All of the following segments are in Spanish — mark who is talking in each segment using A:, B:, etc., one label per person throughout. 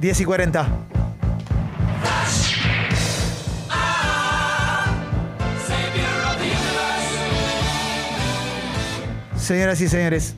A: 10 y 40. Señoras y señores,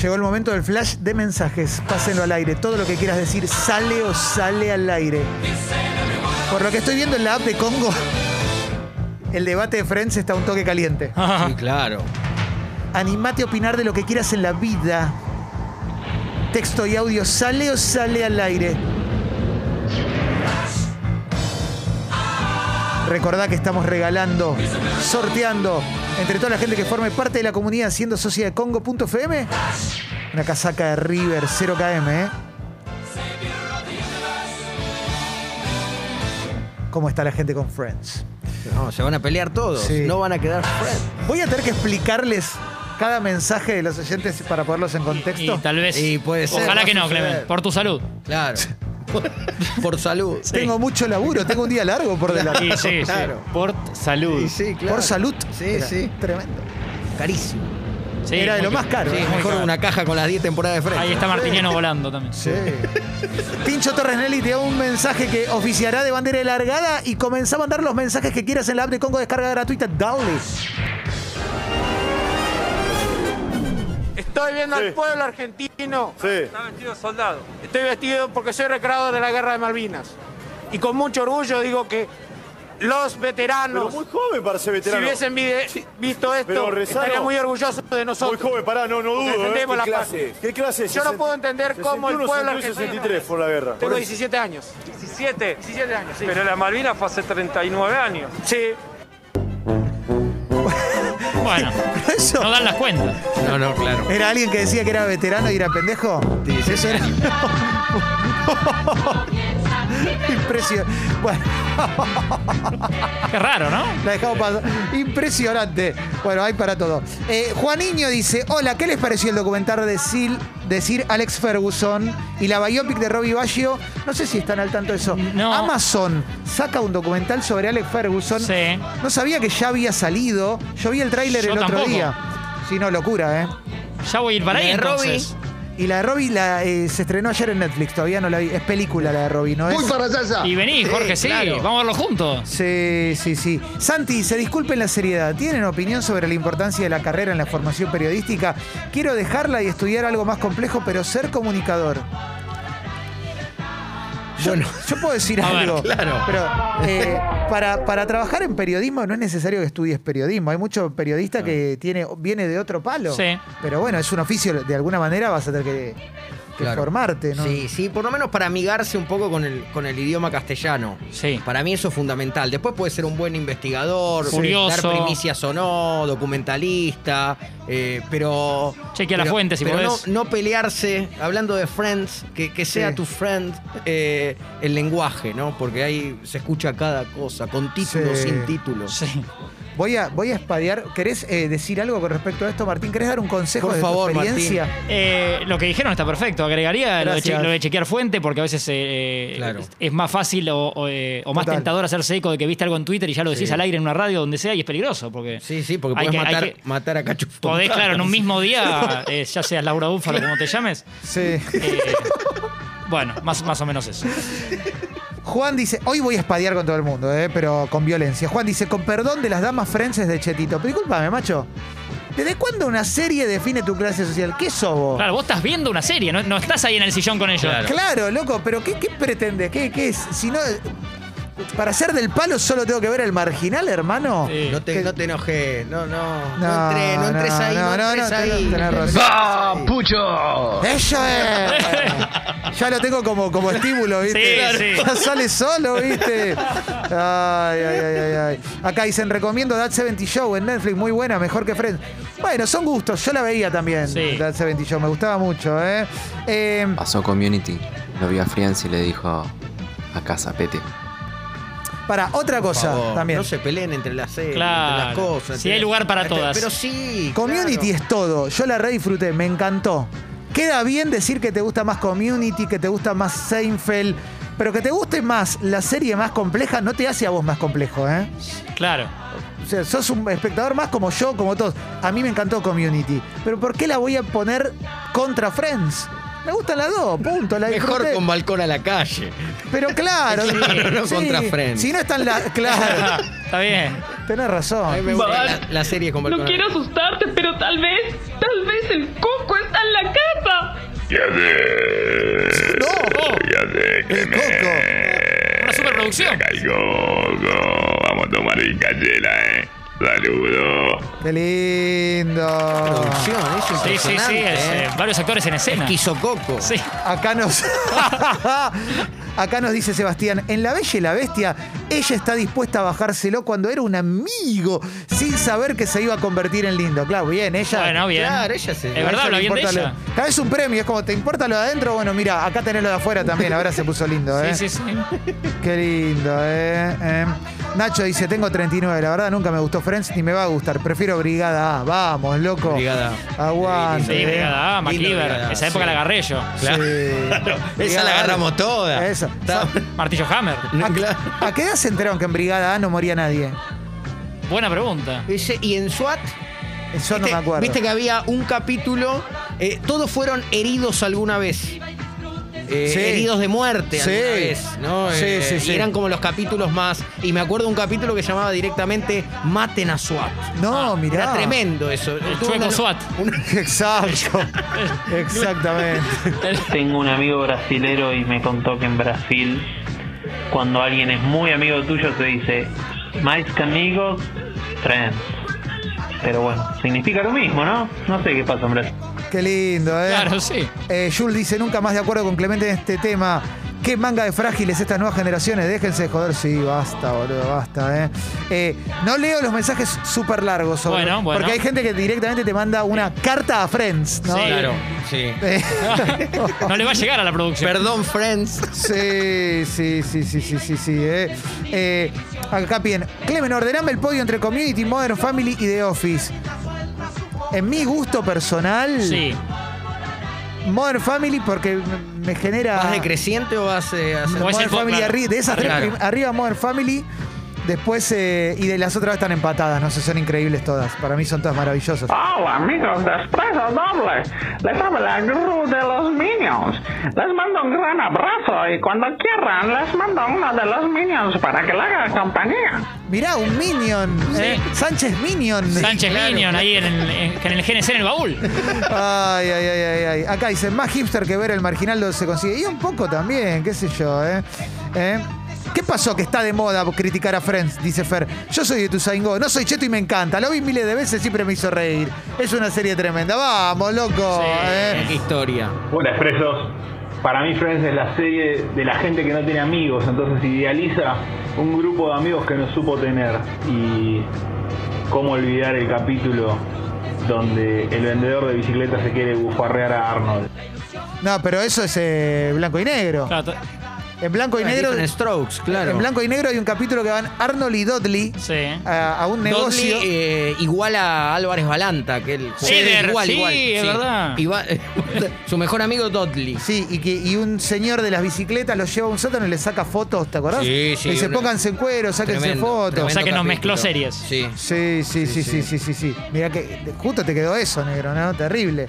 A: llegó el momento del flash de mensajes. Pásenlo al aire. Todo lo que quieras decir sale o sale al aire. Por lo que estoy viendo en la app de Congo, el debate de Friends está un toque caliente.
B: Sí, claro.
A: Animate a opinar de lo que quieras en la vida. Texto y audio, ¿sale o sale al aire? Recordá que estamos regalando, sorteando, entre toda la gente que forme parte de la comunidad siendo socia de Congo.fm, una casaca de River 0KM, ¿eh? ¿Cómo está la gente con Friends?
B: No, se van a pelear todos.
A: Sí.
B: No van a quedar friends.
A: Voy a tener que explicarles cada mensaje de los oyentes para ponerlos en
C: Y
A: contexto.
C: tal vez.
B: Y puede ser, va
C: Ojalá
B: a
C: que no,
B: suceder.
C: Clemen. Por tu salud.
B: Claro. Por salud.
A: Tengo mucho laburo, tengo un día largo por delante.
C: Sí, sí,
B: Claro.
C: sí. Por salud.
B: Sí,
C: Sí,
B: sí, claro.
A: Por salud.
B: Sí,
A: Era
B: sí.
A: Tremendo.
B: Carísimo.
A: Era de lo
C: muy
A: más caro.
B: Sí,
A: ¿eh?
B: mejor una caja con las 10 temporadas de frente.
C: Ahí está Martiniano volando también.
A: Sí. Pincho Torres Nelly te da un mensaje que oficiará de bandera alargada y comenzá a mandar los mensajes que quieras en la app de Congo Descarga Gratuita. Dale.
D: Estoy viendo al pueblo argentino.
E: Sí.
D: Está vestido de soldado. Estoy vestido porque soy recreado de la guerra de Malvinas. Y con mucho orgullo digo que los
E: Pero
D: veteranos,
E: muy joven para ser
D: si
E: veterano.
D: hubiesen vi- visto esto,
E: Pero, Rezano,
D: estarían muy orgullosos de
E: muy
D: nosotros.
E: joven, pará, no, no dudo. ¿eh?
D: Defendemos la
E: ¿Qué clase?
D: paz.
E: ¿Qué clase?
D: Yo no puedo entender cómo el
E: 61,
D: pueblo
E: 62,
D: argentino-
E: 63 por la guerra.
D: Tengo
E: Por eso.
D: 17 años.
F: 17,
D: 17 años, sí.
F: pero la Malvinas fue hace 39 años.
D: Sí.
C: Bueno,
A: Eso.
C: no dan las cuentas.
B: No, no, claro.
A: ¿Era alguien que decía que era veterano y era pendejo?
B: Eso era.
A: Impresionante. Bueno,
C: Qué raro, ¿no?
A: la dejamos pasar. Impresionante. Bueno, hay para todo. Eh, Juaniño dice: Hola, ¿qué les pareció el documental de Sil, decir Alex Ferguson y la biopic de Robbie Baggio? No sé si están al tanto de eso.
C: No.
A: Amazon saca un documental sobre Alex Ferguson.
C: Sí.
A: No sabía que ya había salido. Yo vi el tráiler
C: Yo
A: el otro
C: tampoco.
A: día. Sí, no, locura, ¿eh?
C: Ya voy a ir para ahí
B: Eh, Robbie.
C: entonces.
A: Y la de Robbie la, eh, se estrenó ayer en Netflix, todavía no la vi. Es película la de Robbie, ¿no es?
C: Y vení,
B: Sí,
C: Jorge, sí.
B: claro.
C: Vamos a verlo juntos.
A: Sí, sí, sí. Santi, se disculpen la seriedad. ¿Tienen opinión sobre la importancia de la carrera en la formación periodística? Quiero dejarla y estudiar algo más complejo, pero ser comunicador. Yo,
B: Bueno.
A: yo puedo decir
C: A ver,
A: algo.
B: claro.
A: Pero eh, para, para trabajar en periodismo no es necesario que estudies periodismo. Hay muchos periodistas que tiene, viene de otro palo.
C: Sí.
A: Pero bueno, es un oficio, de alguna manera vas a tener que, que
B: Claro.
A: formarte, ¿no?
B: Sí, sí, por lo menos para amigarse un poco con el, con el idioma castellano.
C: Sí.
B: Para mí eso es fundamental. Después puede ser un buen investigador,
C: Curioso.
B: dar primicias o no, documentalista, eh, pero...
C: Chequea la
B: pero-
C: fuente, si
B: pero no,
C: podés.
B: no pelearse, hablando de friends, que, que sea
A: Sí.
B: tu friend eh, el lenguaje, ¿no? Porque ahí se escucha cada cosa, con título,
A: Sí.
B: sin título.
C: Sí.
A: Voy a, voy a espadear. ¿Querés eh, decir algo con respecto a esto, Martín? ¿Querés dar un consejo
B: Por
A: de
B: favor,
A: tu experiencia?
C: Eh, lo que dijeron está perfecto. Agregaría lo de, che-
A: Gracias.
C: lo de chequear fuente, porque a veces eh,
B: Claro.
C: es- es más fácil o, o, eh, o más
A: Total.
C: tentador hacerse eco de que viste algo en Twitter y ya lo decís al aire en una radio, donde sea, y es peligroso. Porque
B: Sí, sí, porque
C: hay
B: podés
C: que- hay
B: matar,
C: que-
B: matar a Cacho.
C: Podés, claro, en un mismo día, eh, ya seas Laura Búfalo, como te llames.
A: Sí.
C: eh, bueno, más, más o menos eso.
A: Juan dice, hoy voy a espadear con todo el mundo, eh, pero con violencia. Juan dice, con perdón de las damas frenses de Chetito. Pero discúlpame, macho. ¿Desde cuándo una serie define tu clase social? ¿Qué sos vos?
C: Claro, vos estás viendo una serie, no, no estás ahí en el sillón con ellos.
B: Claro.
A: Claro, loco, pero ¿qué, qué pretendes? ¿Qué, qué es? Si no, para ser del palo solo tengo que ver el marginal, hermano.
C: Sí.
B: No te,
A: Que-
B: no te enojes, no, no. No, entres, no entres ahí, no, entres
A: tenés-
B: ahí.
A: tenés razón. ¡Eso es! Ya lo tengo como, como estímulo, ¿viste?
C: Sí, sí.
A: Ya sale solo, ¿viste? Ay, ay, ay, ay, ay. Acá dicen, recomiendo That 70 Show en Netflix, muy buena, mejor que Friends. Bueno, son gustos, yo la veía también,
C: Sí.
A: That 70 Show, me gustaba mucho, ¿eh? Eh,
B: Ah,
G: Pasó Community, lo vio a Friends y le dijo a casa, Pete.
A: para, otra
B: Por
A: cosa
B: favor,
A: también.
B: No se peleen entre las series,
C: Claro.
B: entre las cosas.
C: Si
B: entre-
C: hay lugar para
B: entre-
C: todas.
B: Pero sí.
A: Community
B: claro.
A: es todo, yo la re disfruté, me encantó. Queda bien decir que te gusta más Community, que te gusta más Seinfeld, pero que te guste más la serie más compleja no te hace a vos más complejo, ¿eh?
C: Claro.
A: O sea, sos un espectador más como yo, como todos. A mí me encantó Community. Pero ¿por qué la voy a poner contra Friends? Me gustan las dos, punto. La
B: Mejor
A: disfruté.
B: con balcón a la calle.
A: Pero claro.
B: Claro, no contra Friends.
A: Si no están las.
C: Ah,
A: Claro.
C: Está bien.
A: Tenés
B: A mí
A: razón.
B: me gusta la, la serie con balcón
H: No
B: a la
H: quiero
B: calle.
H: asustarte, pero tal vez, tal vez el coco está en la casa.
A: No.
C: Oh,
A: El coco.
C: una superproducción.
I: Vamos a tomar el cachela, eh. Saludos.
A: Qué lindo.
B: Producción, es
C: Sí, sí, sí.
B: impresionante,
C: es,
B: ¿eh?
C: eh, varios actores en escena.
B: Quizococo.
C: Sí.
A: Acá nos. Acá nos dice Sebastián, en La Bella y la Bestia, ella está dispuesta a bajárselo cuando era un amigo, sin saber que se iba a convertir en lindo. Claro, bien, ella.
C: Bueno, bien.
B: Claro, ella se-
A: a
C: Es verdad,
A: ella
C: habla
A: le
C: bien de
A: importa
C: ella.
A: lo- Claro, es un premio, es como, ¿te importa lo de adentro? Bueno, mira, acá tenés lo de afuera también, ahora se puso lindo, ¿eh?
C: Sí, sí, sí.
A: Qué lindo, ¿eh? Eh. Nacho dice, tengo 39, la verdad nunca me gustó Friends ni me va a gustar, prefiero Brigada A, vamos, loco.
B: Brigada A.
A: Aguante.
C: Sí,
B: Bien.
C: Brigada A,
B: Lindo
C: MacGyver.
B: Brigada A,
C: Esa época
B: sí.
C: la agarré yo.
B: Claro, esa la agarramos toda.
A: Esa.
B: Está-
C: Martillo Hammer.
B: No,
A: ¿A,
B: claro.
A: a Ah, qué edad se enteraron que en Brigada A no moría nadie?
C: Buena pregunta.
B: Ese- y en SWAT,
A: Eso no
B: viste,
A: me acuerdo.
B: viste que había un capítulo, eh, todos fueron heridos alguna vez. Eh,
A: Sí.
B: Heridos de muerte
A: Sí.
B: alguna vez, ¿no?
A: Sí,
B: Eh,
A: sí, sí.
B: Y eran como los capítulos más. Y me acuerdo un capítulo que llamaba directamente Maten a SWAT. Ah,
A: No, mirá.
B: Era tremendo eso.
C: El
B: Tuvo
C: chueco
B: una-
C: SWAT.
A: Exacto. Exactamente.
J: Tengo un amigo brasilero y me contó que en Brasil, cuando alguien es muy amigo tuyo, se dice, más que amigos, friends. Pero bueno, significa lo mismo, ¿no? No sé qué pasa en Brasil.
A: Qué lindo, ¿eh?
C: Claro, sí.
A: Eh, Jules dice, nunca más de acuerdo con Clemente en este tema. Qué manga de frágiles estas nuevas generaciones. Déjense de joder. Sí, basta, boludo, basta, ¿eh? Eh, no leo los mensajes súper largos. sobre-
C: Bueno, bueno.
A: Porque hay gente que directamente te manda una carta a Friends, ¿no?
C: Sí.
B: Claro, sí.
A: Eh,
C: No le va a llegar a la producción.
B: Perdón, Friends.
A: Sí, sí, sí, sí, sí, sí, sí. eh. Eh, acá bien. Clemen, ordename el podio entre Community, Modern Family y The Office. En mi gusto personal,
C: Sí.
A: Modern Family porque me me genera...
B: ¿Vas decreciente o vas eh, a hacer-
C: Pues-
A: Modern
C: el po-
A: Ah. Family
C: claro.
A: arri- de esas tres
B: Claro.
A: prim- arriba Modern Family después eh, y de las otras están empatadas no sé son increíbles todas para mí son todas maravillosas
J: Hola amigos de Espresso Doble, les habla Gru de los Minions. Les mando un gran abrazo y cuando quieran les mando uno de los Minions para que le haga compañía.
A: mirá un Minion ¿eh? Sánchez Minion
C: Sánchez Minion ahí en el, en- en el GNC en el baúl.
A: Ay, ay, ay, ay, ay. Acá dice, más hipster que ver el marginal donde se consigue. Y un poco también, qué sé yo, ¿eh? ¿Eh? ¿Qué pasó que está de moda criticar a Friends? Dice Fer. Yo soy de Tuzaingó, no soy cheto y me encanta. Lo vi miles de veces, siempre me hizo reír. Es una serie tremenda. Vamos, loco. ¿eh?
B: Qué historia.
K: Hola, expresos. Para mí, Friends es la serie de la gente que no tiene amigos, entonces idealiza un grupo de amigos que no supo tener. Y cómo olvidar el capítulo donde el vendedor de bicicletas se quiere bufarrear a Arnold.
A: No, pero eso es eh, blanco y negro.
C: Claro, to-
A: En blanco y negro.
B: Different Strokes, claro.
A: En blanco y negro hay un capítulo que van Arnold y Dudley eh,
C: Sí.
A: a, a un
B: Dudley,
A: negocio.
B: eh, igual a Álvarez Balanta, que el
C: Ceder, sí, es verdad.
B: su mejor amigo Dudley.
A: Sí, y, que, y un señor de las bicicletas los lleva a un sótano y le saca fotos, ¿te acordás?
B: Sí, sí,
A: Y se
B: una-
A: pónganse en cuero, sáquense
B: Tremendo,
A: fotos.
B: tremendo
C: O sea que nos
B: capítulo.
C: mezcló series.
B: Sí.
A: Sí, sí, sí, sí,
B: sí,
A: sí, sí, sí. Mirá que justo te quedó eso, negro, ¿no? Terrible.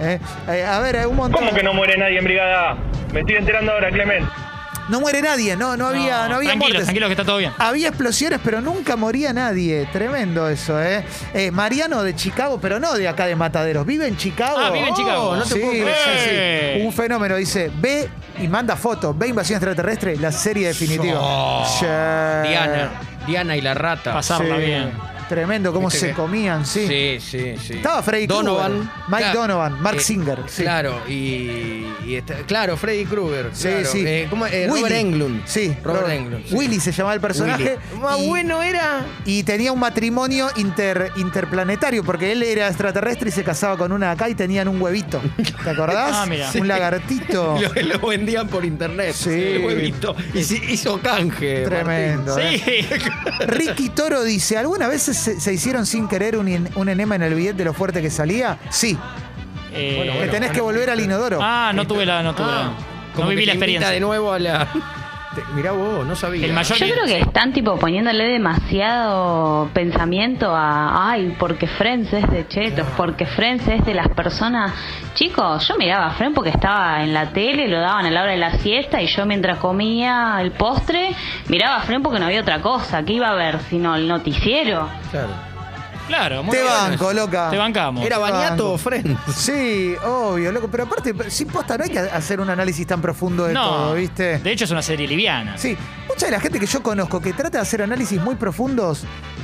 A: Eh, eh, a ver, eh, un montón.
K: ¿Cómo que no muere nadie en Brigada A? Me estoy enterando ahora, Clement.
A: No muere nadie, no, no había, no, había
C: tranquilo,
A: muertes.
C: tranquilo que está todo bien.
A: Había explosiones, pero nunca moría nadie. Tremendo eso, ¿eh? Eh, Mariano de Chicago, pero no de acá de Mataderos. Vive en Chicago.
C: Ah, vive en Chicago.
A: no te sí,
C: puedo creer.
A: sí,
B: ¡Eh!
A: sí. Un fenómeno. Dice, ve y manda fotos. Ve Invasión Extraterrestre, la serie definitiva.
B: Oh,
A: Sí.
B: Diana. Diana y la rata.
C: Pasarla
A: Sí.
C: bien.
A: Tremendo cómo
B: Viste
A: se
B: que-
A: comían, sí.
B: Sí, sí, sí.
A: Estaba Freddy
B: Donovan. Eh,
A: Krueger, Mike Donovan, Mark Singer, sí.
B: Claro, y, y está- claro, Freddy Krueger.
A: Sí,
B: claro.
A: sí.
B: Eh, ¿cómo, eh,
A: Willy.
B: Robert Englund.
A: Sí,
B: Robert, Englund. sí.
A: Willy se llamaba el personaje.
B: Willy. Más
A: y-
B: bueno era.
A: Y tenía un matrimonio inter- interplanetario, porque él era extraterrestre y se casaba con una acá y tenían un huevito. ¿Te acordás?
C: Ah, mira.
A: Un lagartito.
B: Lo, lo vendían por internet.
A: Sí.
B: El huevito. Y si- hizo canje.
A: Tremendo. ¿eh?
C: Sí.
A: Ricky Toro dice: ¿Alguna vez se, se hicieron sin querer un, en- un enema en el billete de lo fuerte que salía? Sí.
C: Eh,
B: Bueno,
A: que tenés que volver al inodoro.
C: Ah, no tuve la. No, tuve la-
B: Martín. que
C: no viví la
B: te invita
C: experiencia.
B: de nuevo a la. Te- mirá vos, no sabía.
C: El mayor-
H: Yo creo que están tipo poniéndole demasiado pensamiento a, ay, porque Friends es de chetos, porque Friends es de las personas. Chicos, yo miraba Friends porque estaba en la tele, lo daban a la hora de la siesta y yo mientras comía el postre miraba Friends porque no había otra cosa. ¿Qué iba a ver sino el noticiero?
B: Claro.
C: Claro, muy
A: Te
C: bien.
A: banco, loca.
C: Te bancamos.
B: ¿Era Bañato o Friends?
A: Sí, obvio, loco. Pero aparte, sin posta, no hay que hacer un análisis tan profundo de
C: no,
A: todo, ¿viste?
C: De hecho, es una serie liviana.
A: Sí, mucha de la gente que yo conozco que trata de hacer análisis muy profundos,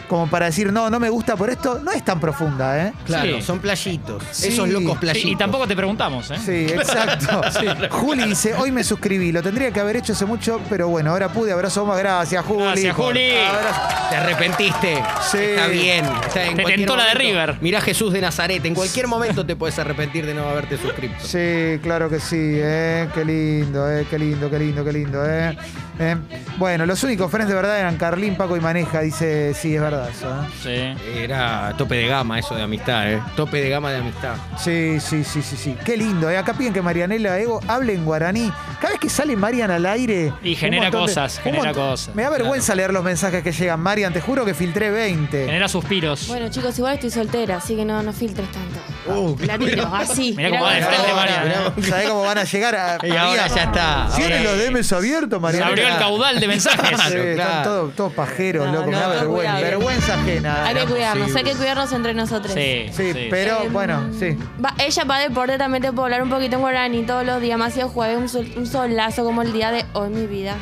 A: como para decir, no, no me gusta por esto, no es tan profunda, ¿eh?
B: Claro,
C: Sí.
B: son playitos.
A: Sí.
B: Esos locos
C: Sí,
B: playitos.
C: y tampoco te preguntamos, ¿eh?
A: Sí, exacto. Juli dice, hoy me suscribí, lo tendría que haber hecho hace mucho, pero bueno, ahora pude, abrazo más, gracias, Juli.
C: Gracias, Juli.
A: Abrazo.
B: Te arrepentiste.
A: Sí.
B: Está bien. Está en
C: Te
B: cualquier
C: tentó la de
B: momento-
C: River.
B: Mirá Jesús de Nazaret. En cualquier momento te puedes arrepentir de no haberte suscrito.
A: Sí, claro que sí, ¿eh? qué lindo, ¿eh? qué lindo, qué lindo, qué lindo. ¿eh? ¿Eh? Bueno, los únicos friends de verdad eran Carlín, Paco y Maneja, dice, sí, es verdad eso. ¿eh?
C: Sí.
B: Era tope de gama eso de amistad, ¿eh? Tope de gama de amistad.
A: Sí, sí, sí, sí, sí. Qué lindo. ¿eh? Acá piden que Marianela Ego hable en guaraní. Cada vez que sale Marian al aire.
C: Y
A: un
C: genera
A: montón
C: cosas,
A: un
C: genera
A: montón-
C: cosas,
A: Me da vergüenza leer los mensajes que llegan. Marian, te juro que filtré 20.
C: Genera suspiros.
L: Bueno, chicos, igual estoy soltera, así que no, no filtres tanto.
B: Uh,
L: La tiro, así.
C: Mirá cómo va de
A: Mirá
C: frente,
A: ahora,
C: Marian. eh.
A: mirá, ¿Sabés cómo van a llegar? A,
B: Y ahora ya está.
A: Tienen
B: Ahora-
A: los DMs abiertos,
C: Se
A: Marian.
C: abrió el caudal de mensajes.
A: Sí, Están
B: claro.
A: todos, todos pajeros,
L: No,
A: loco. me da
L: no,
A: vergüenza.
L: cuidado.
A: Vergüenza ajena.
L: Hay que cuidarnos,
B: posible.
L: hay que cuidarnos entre nosotros.
C: Sí,
A: Sí,
C: sí.
A: pero
L: Em,
A: bueno, sí.
L: va- ella va a deporte, también te puedo hablar un poquito en guaraní todos los días, más si jueves un, sol- un solazo como el día de hoy, mi vida.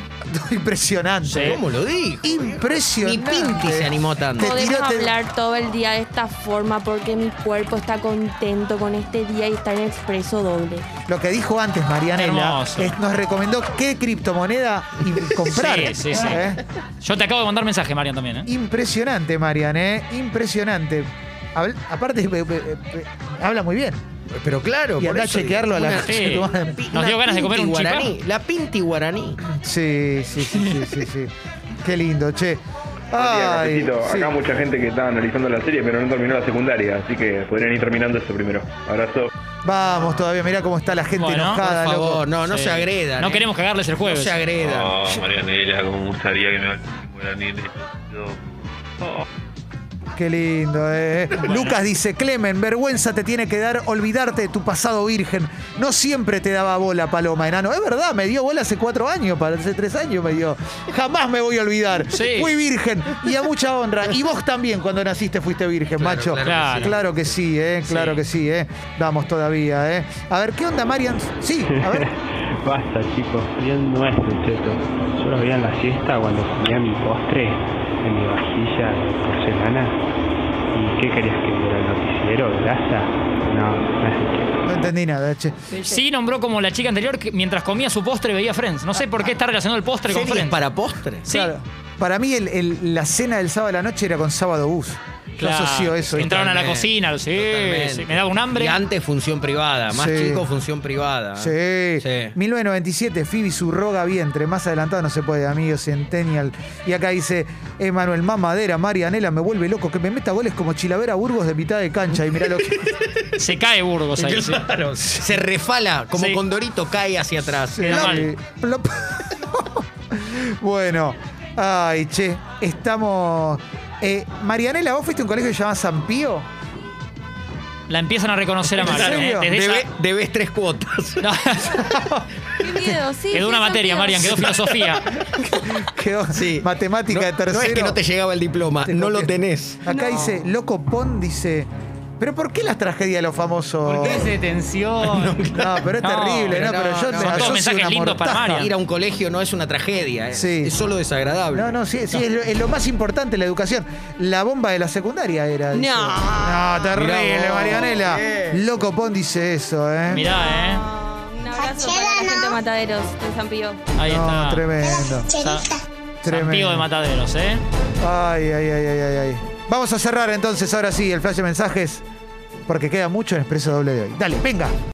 A: Impresionante.
B: ¿Cómo lo dijo? Ni
A: Impresionante.
B: Pinti se animó tanto.
A: Te
L: Podemos
A: tiró, te-
L: hablar todo el día de esta forma porque mi cuerpo está contento con este día y está en expreso doble.
A: Lo que dijo antes Marianela
C: Hermoso.
A: es- nos recomendó qué criptomoneda y comprar.
C: Sí, sí, sí.
A: ¿Eh?
C: Yo te acabo de mandar mensaje, Marian, también, ¿eh?
A: Impresionante, Marian, ¿eh? Impresionante. Habl- aparte, pe- pe- pe- habla muy bien.
B: Pero claro,
A: Y
B: por
A: andá a
B: eso
A: chequearlo a la
B: digo,
A: gente.
C: sí.
A: Una-
B: pi-
C: Nos dio ganas de
B: pinti
C: comer un
B: guaraní. La pinti guaraní.
A: Sí, sí, sí, sí, sí, sí. Qué lindo, che. Ay, sí.
K: Acá mucha gente que está analizando la serie, pero no terminó la secundaria, así que podrían ir terminando eso primero. Abrazo.
A: Vamos todavía, mirá cómo está la gente
C: Bueno, por
A: enojada,
B: Por favor,
A: loco.
B: no, no
C: Sí.
B: se agredan.
C: No
B: ¿eh?
C: queremos cagarles el
B: No
C: jueves.
B: se agredan.
I: Ah, Marianela, como me gustaría que me hablaran
A: Qué lindo, eh. Lucas dice, Clemen, vergüenza te tiene que dar olvidarte de tu pasado virgen. No siempre te daba bola, Paloma, enano. Es verdad, me dio bola hace cuatro años, para- hace tres años me dio. Jamás me voy a olvidar.
C: Sí.
A: Fui virgen y a mucha honra. Y vos también cuando naciste fuiste virgen, macho.
B: Claro, claro
A: Claro que
C: que sí.
A: sí, eh. Claro
C: Sí.
A: que sí, eh. Vamos todavía, eh. A ver, ¿qué onda, Marian? Sí, a ver.
K: Basta, chicos, bien nuestro, cheto. Yo lo veía en la siesta cuando comía mi postre en mi vajilla de porcelana. ¿Y qué querías que viera el noticiero? ¿Grasa? No, no es el cheto.
A: No entendí nada, che.
C: Sí, nombró como la chica anterior que mientras comía su postre veía Friends. No sé por qué está relacionado el postre con
B: Series
C: Friends.
B: para postre.
C: Sí,
A: Claro. Para mí el- el- la cena del sábado de la noche era con sábado bus. Yo
C: claro.
A: asocio eso. ¿viste?
C: Entraron a la
B: Totalmente,
C: cocina, sí,
B: Eh, Totalmente.
C: sí. me daba un hambre.
B: Y antes función privada, más
A: Sí.
B: chico función privada.
A: Sí.
B: Sí.
A: 1997, Phoebe surroga vientre. Más adelantado no se puede, amigos, Centennial. Y acá dice Emanuel Mamadera, Marianela, me vuelve loco. Que me meta goles como Chilavera Burgos de mitad de cancha. Y mirá lo que.
C: Se cae Burgos ahí. sí.
B: Claro, se refala como
C: Sí.
B: Condorito cae hacia atrás.
A: Sí,
C: Queda
A: eh, plop. bueno, ay, che, estamos. Eh, Marianela, ¿vos fuiste a un colegio que se llama San Pío?
C: La empiezan a reconocer a
A: ¿En
C: Marian. ¿eh?
A: serio?
C: Desde esa-
B: Debe- debes tres cuotas.
C: No,
L: Qué miedo, sí.
C: quedó una
L: sí,
C: materia,
L: Santiago.
C: Marian, quedó filosofía.
A: Quedó
B: Sí.
A: matemática
B: No-
A: de tercero.
B: No es que no te llegaba el diploma,
A: Te
B: no lo
A: copié.
B: tenés.
A: Acá dice, Loco Pon dice, ¿pero por qué las tragedias de los famosos?
C: tensión?
A: Oh. No, pero es
C: No,
A: terrible,
B: pero
A: ¿no? Pero
B: no,
A: yo te
B: no. Son
A: yo
B: todos
A: soy
C: mensajes
A: una
C: lindos para
A: mortaja.
C: Marian.
B: Ir a un colegio no es una tragedia, es,
A: Sí.
B: es solo desagradable.
A: No, no, sí, sí, es, lo, es lo más importante la educación. La bomba de la secundaria era. dice.
B: No.
A: no terrible,
B: Mirá vos.
A: Marianela. Loco Pon dice eso, ¿eh?
C: Mirá,
L: Un abrazo para la gente de Mataderos de San Pío.
C: ¿eh? Ahí
A: no,
C: está.
A: tremendo.
C: Sa- San Pío de
A: Tremendo.
C: Mataderos, ¿eh?
A: Ay, ay, ay, ay, ay, ay. Vamos a cerrar entonces ahora sí el flash de mensajes, porque queda mucho en expreso doble de hoy. Dale, venga.